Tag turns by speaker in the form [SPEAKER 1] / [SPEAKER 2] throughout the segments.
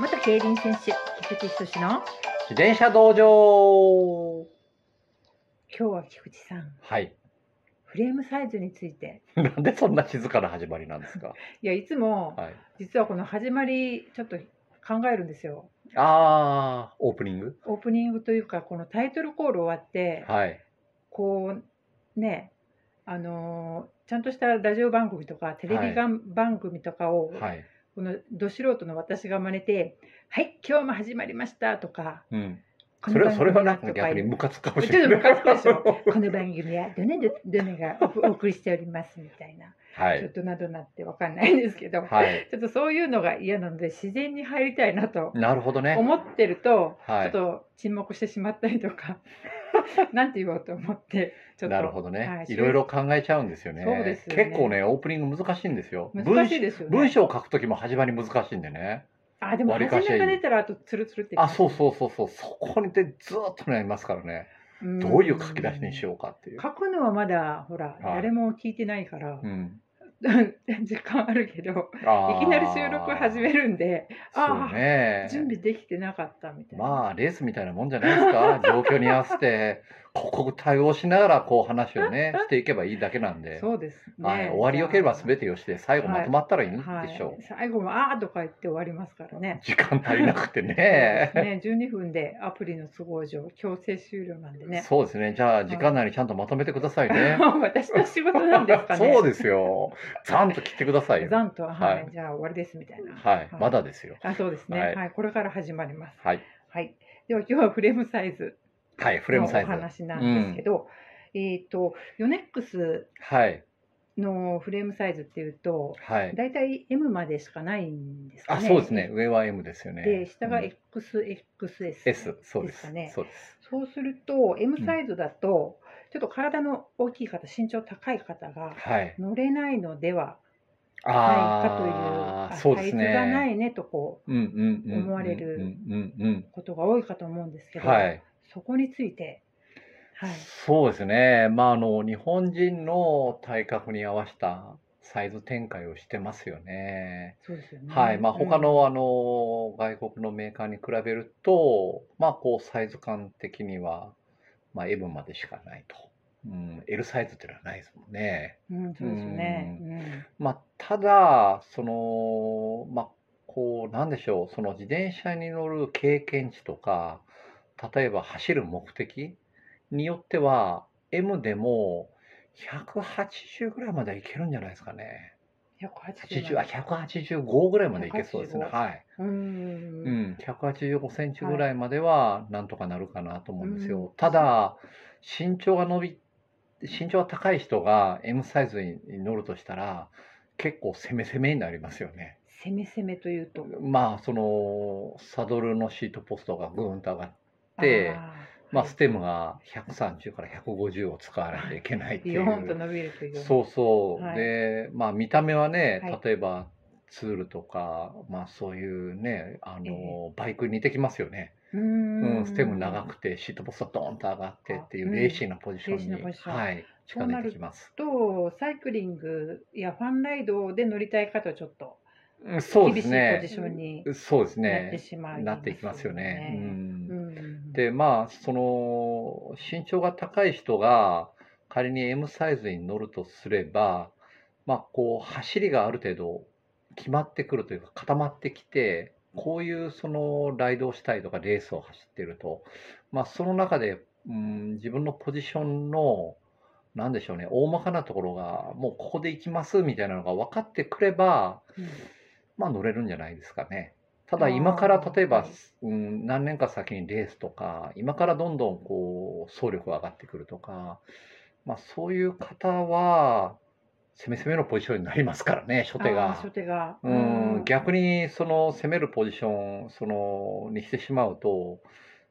[SPEAKER 1] 元競輪選手菊池仁の
[SPEAKER 2] 自転車道場
[SPEAKER 1] 今日は菊池さん
[SPEAKER 2] はい。
[SPEAKER 1] フレームサイズについて
[SPEAKER 2] なんでそんな静かな始まりなんですか
[SPEAKER 1] いやいつも
[SPEAKER 2] はい。
[SPEAKER 1] 実はこの始まりちょっと考えるんですよ
[SPEAKER 2] あー、オープニング
[SPEAKER 1] オープニングというかこのタイトルコール終わって
[SPEAKER 2] はい。
[SPEAKER 1] こうねあのーちゃんとしたラジオ番組とかテレビがん、番組とかを、
[SPEAKER 2] はい。
[SPEAKER 1] このど素人の私が真似て「はい今日も始まりました」とか
[SPEAKER 2] うん。
[SPEAKER 1] 「こ
[SPEAKER 2] それは、それはなんか
[SPEAKER 1] とか
[SPEAKER 2] 逆に
[SPEAKER 1] いう
[SPEAKER 2] ムカつくかもし
[SPEAKER 1] ちょっ
[SPEAKER 2] れ
[SPEAKER 1] と
[SPEAKER 2] な
[SPEAKER 1] ムカつ
[SPEAKER 2] い。
[SPEAKER 1] くでしょこの番組はどねどどねがおお送りしておりますみたいな、
[SPEAKER 2] は
[SPEAKER 1] ちょっ
[SPEAKER 2] い。
[SPEAKER 1] となどなってわかんないんですけど、
[SPEAKER 2] はい。
[SPEAKER 1] ちょっとそういうのが嫌なので自然に入りたいなと
[SPEAKER 2] なるほどね。
[SPEAKER 1] 思ってると、
[SPEAKER 2] はい
[SPEAKER 1] ちょっと沈黙してしまったりとか なんて言おうと思ってちょっと
[SPEAKER 2] なるほどね、。
[SPEAKER 1] はい
[SPEAKER 2] ろいろ考えちゃうんですよね。
[SPEAKER 1] そうですよね
[SPEAKER 2] 結構ね、オープニング難しいんですよ。
[SPEAKER 1] 難しいですよね
[SPEAKER 2] 文章文章を書くときも始まり難しいんでね。
[SPEAKER 1] あでも
[SPEAKER 2] わり
[SPEAKER 1] 初
[SPEAKER 2] かし
[SPEAKER 1] めが出たらあとツルツルって
[SPEAKER 2] あ、そうそうそうそう。そこにでずーっとなりますからね。
[SPEAKER 1] うん
[SPEAKER 2] どういう書き出しにしようかっていう。
[SPEAKER 1] 書くのはまだほら、
[SPEAKER 2] い
[SPEAKER 1] 誰も聞いてないから
[SPEAKER 2] う、ん。
[SPEAKER 1] 時間あるけど
[SPEAKER 2] あー
[SPEAKER 1] いきなり収録始めるんで
[SPEAKER 2] そうね。
[SPEAKER 1] 準備できてなかったみたいな、
[SPEAKER 2] まあレースみたいなもんじゃないで すか状況に合わせてここ対応しながらこう話 をねしていけばいいだけなんで、
[SPEAKER 1] そうですね、
[SPEAKER 2] はい、終わりよければ全てよしで最後まとまったらいいんでしょう、
[SPEAKER 1] はい、最後も「あー」とか言って終わりますからね。
[SPEAKER 2] 時間足りなく て
[SPEAKER 1] そう
[SPEAKER 2] ね
[SPEAKER 1] ですね12分でアプリの都合上強制終了なんでね。
[SPEAKER 2] そうですねじゃあ時間内にちゃんとまとめてくださいね
[SPEAKER 1] 私の仕事なんですかね。
[SPEAKER 2] そうですよちゃんと切ってく ださいよ
[SPEAKER 1] ざんと、はい、
[SPEAKER 2] はい
[SPEAKER 1] じゃあ終わりですみたいな。
[SPEAKER 2] はいまだですよ
[SPEAKER 1] あ、そうですね、は、
[SPEAKER 2] はいい
[SPEAKER 1] これから始まります。
[SPEAKER 2] はい
[SPEAKER 1] はい、では今日はフレームサイズ
[SPEAKER 2] はいフレー
[SPEAKER 1] のお
[SPEAKER 2] ムサイズ
[SPEAKER 1] 話なんですけど、えっ、とヨネックス
[SPEAKER 2] はい
[SPEAKER 1] のフレームサイズっていうと、
[SPEAKER 2] はい
[SPEAKER 1] だいたい M までしかないんですか
[SPEAKER 2] あ
[SPEAKER 1] ね。
[SPEAKER 2] そうですね。上は M ですよね
[SPEAKER 1] で下が
[SPEAKER 2] うん
[SPEAKER 1] XXS。
[SPEAKER 2] S そうで
[SPEAKER 1] です
[SPEAKER 2] す
[SPEAKER 1] かね
[SPEAKER 2] そうです
[SPEAKER 1] そうすると M
[SPEAKER 2] うん
[SPEAKER 1] サイズだと、ちょっと体の大きい方身長高い方が
[SPEAKER 2] はい
[SPEAKER 1] 乗れないのではないかという
[SPEAKER 2] あ
[SPEAKER 1] あ
[SPEAKER 2] あそうですね
[SPEAKER 1] サイズがないねとこ思
[SPEAKER 2] 思
[SPEAKER 1] われる
[SPEAKER 2] うんうん
[SPEAKER 1] うことが多いかと思うんですけ
[SPEAKER 2] うん
[SPEAKER 1] ど、
[SPEAKER 2] はい、
[SPEAKER 1] そこについて、はい、
[SPEAKER 2] そうですね、まあ、あの日本人の体格に合わせたサイズ展開をしてますよね。
[SPEAKER 1] そうですよね。
[SPEAKER 2] はいまあ、
[SPEAKER 1] うん
[SPEAKER 2] 他の,、あの外国のメーカーに比べると、まあ、こうサイズ感的には、まあ、M までしかないと、うん、L サイズっていうのはないですもんね。
[SPEAKER 1] うん、そうですよね。
[SPEAKER 2] う
[SPEAKER 1] うん
[SPEAKER 2] まあ、ただその、まあ、こうなんでしょうその自転車に乗る経験値とか例えば走る目的によっては M でも180ぐらいまではいけるんじゃないですかね。
[SPEAKER 1] 180
[SPEAKER 2] 80あ185ぐらいまでいけそうですね。
[SPEAKER 1] 185
[SPEAKER 2] はい。
[SPEAKER 1] うん
[SPEAKER 2] う
[SPEAKER 1] うん
[SPEAKER 2] ん、185センチぐらいまではなんとかなるかなと思うんですよ。
[SPEAKER 1] うん
[SPEAKER 2] ただ身長が伸び身長が高い人が M サイズに乗るとしたら結構攻め攻めになりますよね。
[SPEAKER 1] 攻め攻めというと。
[SPEAKER 2] まあそのサドルのシートポストがグーンと上がって、で
[SPEAKER 1] あー
[SPEAKER 2] まあ、ステムが130から150を使わないといけないって
[SPEAKER 1] ビ
[SPEAKER 2] い
[SPEAKER 1] ヨーンと
[SPEAKER 2] う。
[SPEAKER 1] 伸びるというような。
[SPEAKER 2] そうそう、
[SPEAKER 1] はい
[SPEAKER 2] でまあ見た目はね
[SPEAKER 1] はい
[SPEAKER 2] 例えばツールとか、まあそういうねあ
[SPEAKER 1] え
[SPEAKER 2] の、バイクに似てきますよね。
[SPEAKER 1] う
[SPEAKER 2] うんん、ステム長くてシートポストドーンと上がってってい
[SPEAKER 1] あう
[SPEAKER 2] うんレーシーなポジションに、
[SPEAKER 1] レーシーなポジション
[SPEAKER 2] はい、
[SPEAKER 1] そ
[SPEAKER 2] 近
[SPEAKER 1] うな
[SPEAKER 2] づい
[SPEAKER 1] る
[SPEAKER 2] てきます。
[SPEAKER 1] とサイクリングやファンライドで乗りたい方はちょっと
[SPEAKER 2] うんそう
[SPEAKER 1] 厳
[SPEAKER 2] で
[SPEAKER 1] しい
[SPEAKER 2] す
[SPEAKER 1] ポジ
[SPEAKER 2] ね。
[SPEAKER 1] ションに
[SPEAKER 2] そうです
[SPEAKER 1] なって
[SPEAKER 2] ね。
[SPEAKER 1] しまい
[SPEAKER 2] なっていきますよね。うん
[SPEAKER 1] うん
[SPEAKER 2] でまあその身長が高い人が仮に M サイズに乗るとすれば、まあ、こう走りがある程度決まってくるというか固まってきてこういうそのライドをしたいとかレースを走ってると、まあ、その中で、うん、自分のポジションのなんでしょうね大まかなところがもうここで行きますみたいなのが分かってくれば
[SPEAKER 1] うん
[SPEAKER 2] まあ乗れるんじゃないですかね。ただ
[SPEAKER 1] あー
[SPEAKER 2] 今から例えば、
[SPEAKER 1] はい
[SPEAKER 2] うん、何年か先にレースとか今からどんどんこう総力が上がってくるとか、まあ、そういう方は攻め攻めのポジションになりますからね初手
[SPEAKER 1] あー
[SPEAKER 2] が
[SPEAKER 1] 初。手が
[SPEAKER 2] うん、逆にその攻めるポジションそのにしてしまうと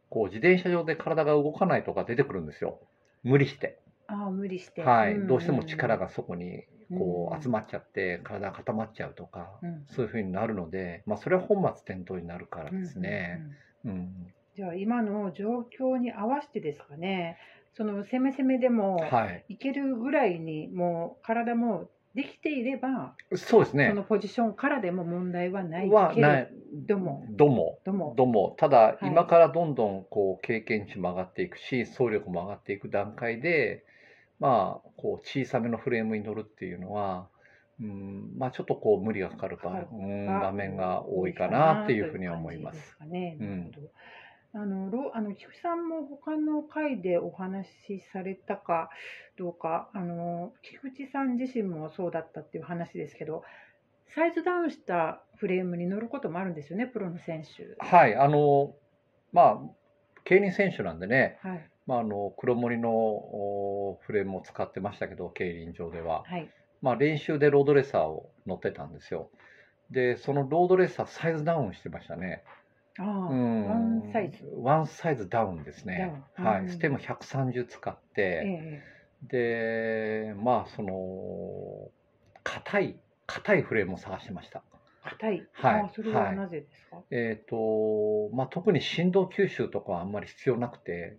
[SPEAKER 2] こう自転車上で体が動かないとか出てくるんですよ無理して、
[SPEAKER 1] あー無理して
[SPEAKER 2] はいどうしても力がそこにこう集
[SPEAKER 1] ま
[SPEAKER 2] まっちゃって体が固まっちゃうとか、
[SPEAKER 1] うん
[SPEAKER 2] そういうふうになるので、まあ、それは本末転倒になるからです
[SPEAKER 1] う
[SPEAKER 2] ね。
[SPEAKER 1] んうんうん
[SPEAKER 2] うん
[SPEAKER 1] じゃあ今の状況に合わせてですかねその攻め攻めでも
[SPEAKER 2] はい、
[SPEAKER 1] いけるぐらいにもう体もできていれば、
[SPEAKER 2] そうです
[SPEAKER 1] そ
[SPEAKER 2] ね
[SPEAKER 1] の。ポジションからでも問題はない
[SPEAKER 2] は
[SPEAKER 1] け
[SPEAKER 2] な
[SPEAKER 1] れ
[SPEAKER 2] い。
[SPEAKER 1] ども、
[SPEAKER 2] ども。
[SPEAKER 1] ども、
[SPEAKER 2] ども。ただ、
[SPEAKER 1] い
[SPEAKER 2] 今からどんどんこう経験値も上がっていくし、総力も上がっていく段階で、まあ、こう小さめのフレームに乗るっていうのは、うんまあ、ちょっとこう無理がかかる場,、
[SPEAKER 1] かかる
[SPEAKER 2] うん、場面が多いかなっていうふうには思いま
[SPEAKER 1] とう
[SPEAKER 2] す。
[SPEAKER 1] 感じですかね。
[SPEAKER 2] うん
[SPEAKER 1] なるほど。あのろあの菊池さんも他の回でお話しされたかどうかあの菊池さん自身もそうだったっていう話ですけどサイズダウンしたフレームに乗ることもあるんですよねプロの選手。
[SPEAKER 2] はい、あの、まあ、競輪選手なんでね、
[SPEAKER 1] はい、
[SPEAKER 2] まあ、あの黒森のおフレームを使ってましたけど、競輪場では。
[SPEAKER 1] はい、
[SPEAKER 2] まあ、練習でロードレッサーを乗ってたんですよ。で、そのロードレッサー、サイズダウンしてましたね。
[SPEAKER 1] ああ、
[SPEAKER 2] うん
[SPEAKER 1] ワンサイズ。
[SPEAKER 2] ワンサイズダウンですね。
[SPEAKER 1] ダウン
[SPEAKER 2] は
[SPEAKER 1] うん
[SPEAKER 2] い、ステム130使っ
[SPEAKER 1] え
[SPEAKER 2] て、
[SPEAKER 1] え
[SPEAKER 2] で、まあ、その、硬い、硬いフレームを探してました。
[SPEAKER 1] 硬い。
[SPEAKER 2] はい
[SPEAKER 1] ああそれはなぜですか。
[SPEAKER 2] えっ、と、まあ、特に振動吸収とかはあんまり必要なくて、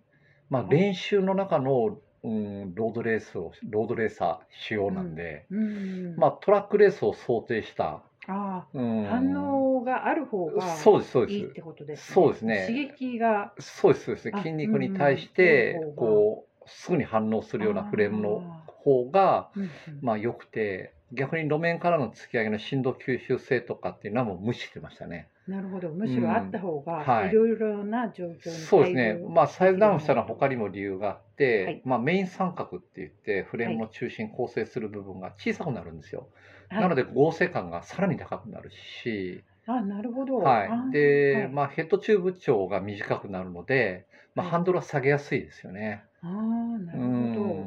[SPEAKER 2] まあ、
[SPEAKER 1] はい
[SPEAKER 2] 練習の中の、うん、ロードレースを、ロードレーサー仕様なんで、
[SPEAKER 1] うん。
[SPEAKER 2] まあ、トラックレースを想定した、
[SPEAKER 1] あ
[SPEAKER 2] うん、
[SPEAKER 1] あ反応がある方が
[SPEAKER 2] そうです、そう
[SPEAKER 1] いいっ
[SPEAKER 2] で
[SPEAKER 1] てことです、
[SPEAKER 2] す。そうですね。
[SPEAKER 1] 刺激が
[SPEAKER 2] そうです、そうです
[SPEAKER 1] あ
[SPEAKER 2] ね。筋肉に対して
[SPEAKER 1] うんうん、
[SPEAKER 2] こう、すぐに反応するようなフレームの
[SPEAKER 1] あ
[SPEAKER 2] 方が、
[SPEAKER 1] うんうん
[SPEAKER 2] まあ、良くて、逆に路面からの突き上げの振動吸収性とかっていうのはもう無視してましたね。
[SPEAKER 1] なるほど、むしろあった方
[SPEAKER 2] うんは
[SPEAKER 1] が
[SPEAKER 2] い
[SPEAKER 1] いろいろな状況に対応、
[SPEAKER 2] そうですね。まあ、サイズダウンしたのは他にも理由があって、
[SPEAKER 1] はい
[SPEAKER 2] まあ、メイン三角って言って、フレームの中心構成する部分が小さくなるんですよ。
[SPEAKER 1] はい
[SPEAKER 2] なので、合成感がさらに高くなるし、
[SPEAKER 1] あ、なるほど。あ
[SPEAKER 2] は
[SPEAKER 1] ー
[SPEAKER 2] い。で、
[SPEAKER 1] はい
[SPEAKER 2] まあ、ヘッドチューブ長が短くなるので、まあ、
[SPEAKER 1] はい
[SPEAKER 2] ハンドルは下げやすいですよね。
[SPEAKER 1] あー、なるほど。うんう
[SPEAKER 2] うん
[SPEAKER 1] んうんう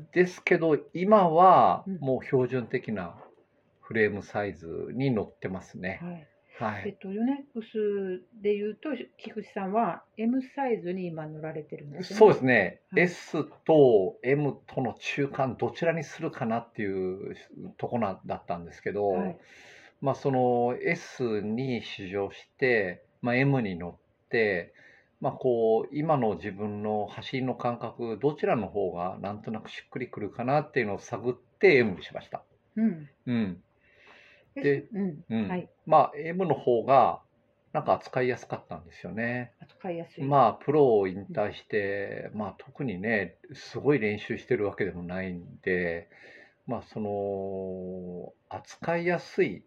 [SPEAKER 1] ん
[SPEAKER 2] ですけど、今は
[SPEAKER 1] うん
[SPEAKER 2] もう標準的なフレームサイズに乗ってますね。
[SPEAKER 1] はい、
[SPEAKER 2] は
[SPEAKER 1] え
[SPEAKER 2] い
[SPEAKER 1] っ。と、ヨネックスで言うと、菊池さんは M サイズに今乗られてるんですよ
[SPEAKER 2] そう
[SPEAKER 1] ね。
[SPEAKER 2] ですね、
[SPEAKER 1] はい
[SPEAKER 2] S と M との中間、どちらにするかなっていうとこなんだったんですけど、
[SPEAKER 1] はい
[SPEAKER 2] まあ、その S に試乗して、まあ、M に乗って、まあ、こう今の自分の走りの感覚、どちらの方がなんとなくしっくりくるかなっていうのを探って M にしました。
[SPEAKER 1] うん。
[SPEAKER 2] うん
[SPEAKER 1] で
[SPEAKER 2] で
[SPEAKER 1] うん、
[SPEAKER 2] うん
[SPEAKER 1] はい、
[SPEAKER 2] まあ、M の方がなんか扱いやすかったんですよね。
[SPEAKER 1] 扱いやすい。
[SPEAKER 2] まあ、プロを引退して、まあ、特にね、すごい練習してるわけでもないんで、まあ、その、扱いやすい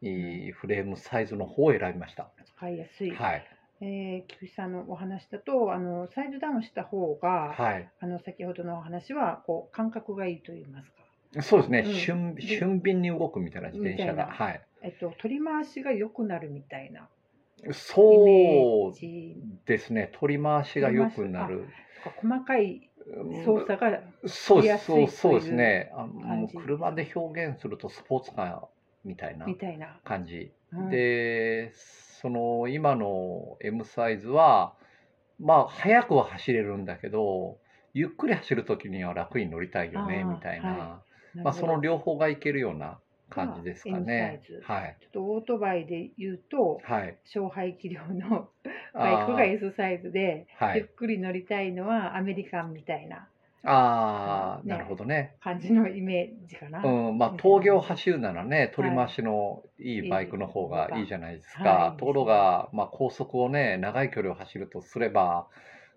[SPEAKER 2] いいフレームサイズの方を選びました。
[SPEAKER 1] 扱いやすい。
[SPEAKER 2] はい。
[SPEAKER 1] えー菊池さんのお話だと、あのサイズダウンした方が、
[SPEAKER 2] はい。
[SPEAKER 1] あの先ほどのお話はこう感覚がいいと言いますか。
[SPEAKER 2] そうですね。
[SPEAKER 1] うん
[SPEAKER 2] 俊
[SPEAKER 1] で
[SPEAKER 2] 俊敏に動くみたいな自転車が。
[SPEAKER 1] み
[SPEAKER 2] はい。
[SPEAKER 1] えっと、取り回しが良くなるみたいなイメ
[SPEAKER 2] そ
[SPEAKER 1] ー
[SPEAKER 2] う
[SPEAKER 1] ジ
[SPEAKER 2] ですね。取り回しが良くなる。
[SPEAKER 1] とか細かい操作が、
[SPEAKER 2] そうです、
[SPEAKER 1] やり
[SPEAKER 2] そ
[SPEAKER 1] やすいとい
[SPEAKER 2] う
[SPEAKER 1] う
[SPEAKER 2] そうですね。あ
[SPEAKER 1] 感
[SPEAKER 2] の
[SPEAKER 1] じ
[SPEAKER 2] 車で表現するとスポーツカーみたいな
[SPEAKER 1] みたいな。
[SPEAKER 2] 感じ。
[SPEAKER 1] うん、
[SPEAKER 2] で、その今の M サイズは、まあ、速くは走れるんだけど、ゆっくり走るときには楽に乗りたいよね
[SPEAKER 1] あー
[SPEAKER 2] みたい
[SPEAKER 1] は
[SPEAKER 2] な、
[SPEAKER 1] なるほど
[SPEAKER 2] まあ、その両方がいけるような感じですかね
[SPEAKER 1] ま。
[SPEAKER 2] はい。
[SPEAKER 1] ちょっとオートバイで言うと
[SPEAKER 2] はい。
[SPEAKER 1] 勝敗器量のバイ
[SPEAKER 2] あ
[SPEAKER 1] クが S サイズで、
[SPEAKER 2] ーは
[SPEAKER 1] ゆっ
[SPEAKER 2] い。
[SPEAKER 1] くり乗りたいのはアメリカンみたいな
[SPEAKER 2] ああ、
[SPEAKER 1] ね
[SPEAKER 2] なるほどね。
[SPEAKER 1] 感じのイメージかな。
[SPEAKER 2] うん、まあ
[SPEAKER 1] うん
[SPEAKER 2] 峠を走るならね、取り
[SPEAKER 1] はい
[SPEAKER 2] 回しのいいバイクの方がいいじゃないですか。
[SPEAKER 1] はい
[SPEAKER 2] ところが、まあ、高速をね、長い距離を走るとすれば、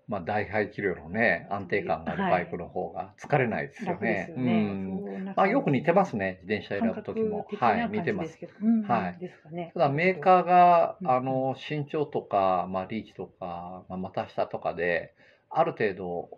[SPEAKER 2] まあ、大排気量のね、安定感がある
[SPEAKER 1] はい
[SPEAKER 2] バイクの方が疲れないですよ
[SPEAKER 1] 楽で
[SPEAKER 2] ね。
[SPEAKER 1] すよ
[SPEAKER 2] う
[SPEAKER 1] ね。
[SPEAKER 2] ん
[SPEAKER 1] そんな感じ
[SPEAKER 2] まあ、よく似てますね、自転車選ぶ時も。は
[SPEAKER 1] 感
[SPEAKER 2] い、
[SPEAKER 1] 覚
[SPEAKER 2] 似
[SPEAKER 1] 的
[SPEAKER 2] て
[SPEAKER 1] な感じ
[SPEAKER 2] ま
[SPEAKER 1] です
[SPEAKER 2] す。
[SPEAKER 1] けど。うん
[SPEAKER 2] は
[SPEAKER 1] うん
[SPEAKER 2] い
[SPEAKER 1] ですかね。
[SPEAKER 2] ただメーカーが、
[SPEAKER 1] うん
[SPEAKER 2] あの、身長とか、まあ、リーチとか、まあ、股下とかで、ある程度、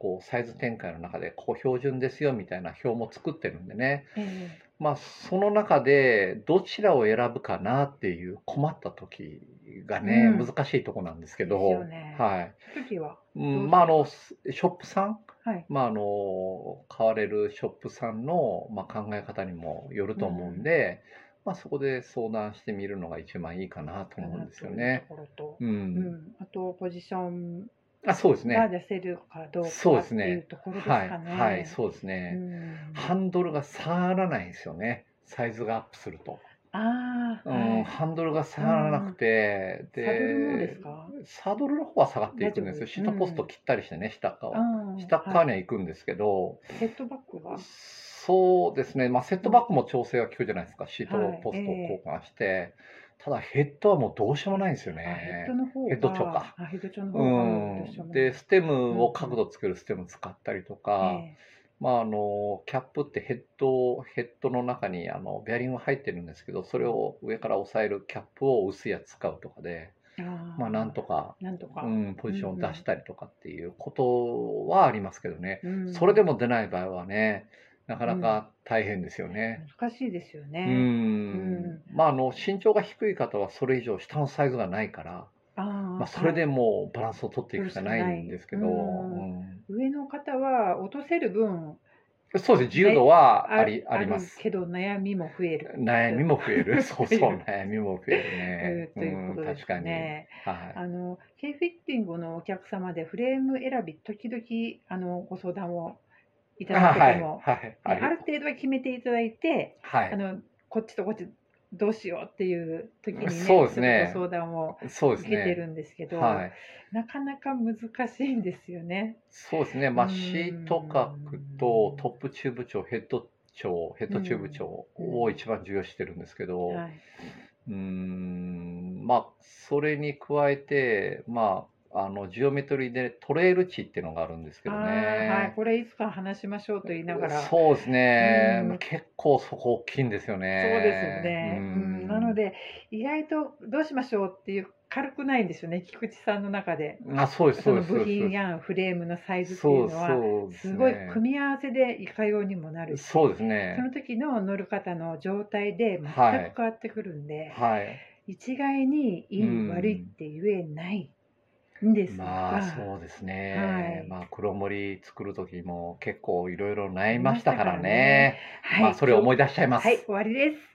[SPEAKER 2] こう、サイズ展開の中で、ここ標準ですよ、みたいな表も作ってるんでね。
[SPEAKER 1] ええ
[SPEAKER 2] まあ、その中でどちらを選ぶかなっていう困った時がね、
[SPEAKER 1] うん
[SPEAKER 2] 難しいとこなんですけど、
[SPEAKER 1] ですよね
[SPEAKER 2] はい、
[SPEAKER 1] 時は、
[SPEAKER 2] う
[SPEAKER 1] どうする
[SPEAKER 2] んまああのショップさん、
[SPEAKER 1] はい
[SPEAKER 2] まあ、あの買われるショップさんの、まあ、考え方にもよると思うんで、まあ、そこで相談してみるのが一番いいかなと思うんですよね。
[SPEAKER 1] というところと、
[SPEAKER 2] う、
[SPEAKER 1] うんん、あとポジション
[SPEAKER 2] あそうです
[SPEAKER 1] が
[SPEAKER 2] ね。
[SPEAKER 1] 出せるかどうか
[SPEAKER 2] そうで
[SPEAKER 1] って
[SPEAKER 2] すね
[SPEAKER 1] いうところです
[SPEAKER 2] はい、
[SPEAKER 1] かね。
[SPEAKER 2] はい、そうです
[SPEAKER 1] う
[SPEAKER 2] ね、
[SPEAKER 1] ん
[SPEAKER 2] ハンドルが下がらないんですよね。サイズがアップすると。
[SPEAKER 1] ああ、
[SPEAKER 2] うん
[SPEAKER 1] はい
[SPEAKER 2] ハンドルが下がらなくて、
[SPEAKER 1] サドルもですか？
[SPEAKER 2] サドルの方は下がっていくんですよ。
[SPEAKER 1] 大
[SPEAKER 2] シ
[SPEAKER 1] 丈
[SPEAKER 2] ー
[SPEAKER 1] 夫
[SPEAKER 2] トポスト切ったりしてね、下っ側を。
[SPEAKER 1] あー
[SPEAKER 2] 下っ側に
[SPEAKER 1] は
[SPEAKER 2] は行くんですけど、
[SPEAKER 1] いヘッドバッグが、
[SPEAKER 2] そそうですね、まあ、セットバックも調整が効くじゃないですか、シート
[SPEAKER 1] は
[SPEAKER 2] の
[SPEAKER 1] い
[SPEAKER 2] ポストを交
[SPEAKER 1] え
[SPEAKER 2] 換して、ただヘッドはもうどうしようもないんですよ
[SPEAKER 1] あヘッ
[SPEAKER 2] ね
[SPEAKER 1] ド。の方が
[SPEAKER 2] ヘッド長か
[SPEAKER 1] あヘッド長の方
[SPEAKER 2] う、
[SPEAKER 1] がどしようんもない
[SPEAKER 2] でステムを角度つけるステム使ったりとか、
[SPEAKER 1] え
[SPEAKER 2] まあ、あのキャップってヘッドヘッドの中にあのベアリングが入ってるんですけどそれを上から押さえるキャップを薄いやつ使うとかで、
[SPEAKER 1] えあー
[SPEAKER 2] まあ、なんとか、
[SPEAKER 1] なんとか、
[SPEAKER 2] うん、ポジションを出したりとかっていうことはありますけどね、
[SPEAKER 1] うん
[SPEAKER 2] それでも出ない場合はねなかなか大変ですよね。
[SPEAKER 1] 難しいですよ
[SPEAKER 2] う
[SPEAKER 1] ね。
[SPEAKER 2] んまあ、あの身長が低い方はそれ以上下のサイズがないから、
[SPEAKER 1] あ
[SPEAKER 2] ま
[SPEAKER 1] ま
[SPEAKER 2] あ、それでもうバランスを取っていくしかないんですけど、
[SPEAKER 1] う
[SPEAKER 2] うんん
[SPEAKER 1] 上の方は落とせる分
[SPEAKER 2] そうです自由度はあり,、
[SPEAKER 1] る
[SPEAKER 2] あります
[SPEAKER 1] る。けど悩みも増える。
[SPEAKER 2] 悩みも増 える。そうそう、
[SPEAKER 1] 増える
[SPEAKER 2] 悩みも増えるね。
[SPEAKER 1] と いうこと
[SPEAKER 2] ん
[SPEAKER 1] で
[SPEAKER 2] 確
[SPEAKER 1] す
[SPEAKER 2] かに。
[SPEAKER 1] ね。
[SPEAKER 2] は
[SPEAKER 1] あの K フィッティングのお客様でフレーム選び時々あのご相談をい
[SPEAKER 2] い。
[SPEAKER 1] た
[SPEAKER 2] あ
[SPEAKER 1] だく
[SPEAKER 2] は
[SPEAKER 1] こ
[SPEAKER 2] い。
[SPEAKER 1] とも、
[SPEAKER 2] はい。
[SPEAKER 1] ああ
[SPEAKER 2] り
[SPEAKER 1] る程度は決めていただいて、
[SPEAKER 2] は
[SPEAKER 1] あ
[SPEAKER 2] い。
[SPEAKER 1] のこっちとこっちどうしようっていう時にね
[SPEAKER 2] そうですね
[SPEAKER 1] ちょっとご相談を
[SPEAKER 2] そう
[SPEAKER 1] 受
[SPEAKER 2] です
[SPEAKER 1] けてる
[SPEAKER 2] ね。
[SPEAKER 1] んですけど
[SPEAKER 2] はい。
[SPEAKER 1] なかなか難しいんですよね。
[SPEAKER 2] そうですね。ま
[SPEAKER 1] う
[SPEAKER 2] あ、
[SPEAKER 1] ん
[SPEAKER 2] シート角とトップチューブ長、ヘッド長、ヘッドチューブ長を一番重要視してるんですけど、
[SPEAKER 1] はいう
[SPEAKER 2] ーん、まあ、それに加えて、まあ、あの、ジオメトリーでトレイル値っていうのがあるんですけど
[SPEAKER 1] あーはい、
[SPEAKER 2] ね。
[SPEAKER 1] これいつか話しましょうと言いながら。そう
[SPEAKER 2] そうですね
[SPEAKER 1] うん。
[SPEAKER 2] 結構そこ大きいんですよね。
[SPEAKER 1] ですよね、
[SPEAKER 2] う
[SPEAKER 1] うん
[SPEAKER 2] ん
[SPEAKER 1] なので意外とどうしましょうっていう軽くないんですよね菊池さんの中で
[SPEAKER 2] あ、そうです、
[SPEAKER 1] そ
[SPEAKER 2] そう
[SPEAKER 1] の
[SPEAKER 2] です。
[SPEAKER 1] 部品
[SPEAKER 2] そう
[SPEAKER 1] やフレームのサイ
[SPEAKER 2] で
[SPEAKER 1] ズ
[SPEAKER 2] す
[SPEAKER 1] っていうのは
[SPEAKER 2] そうですね
[SPEAKER 1] ごい組み合わせでいかようにもなるし
[SPEAKER 2] そうです
[SPEAKER 1] その
[SPEAKER 2] ね。
[SPEAKER 1] 時の乗る方の状態で全く
[SPEAKER 2] はい
[SPEAKER 1] 変わってくるんで、
[SPEAKER 2] はい。
[SPEAKER 1] 一概にいい、
[SPEAKER 2] うん
[SPEAKER 1] 悪いって言えないんですが、
[SPEAKER 2] まあ、そうですね。
[SPEAKER 1] はい
[SPEAKER 2] まあ、黒森作る時も結構いろいろ悩みましたからね。
[SPEAKER 1] はい、
[SPEAKER 2] まあ、それを思
[SPEAKER 1] い
[SPEAKER 2] い出しちゃいます。
[SPEAKER 1] はい終わりです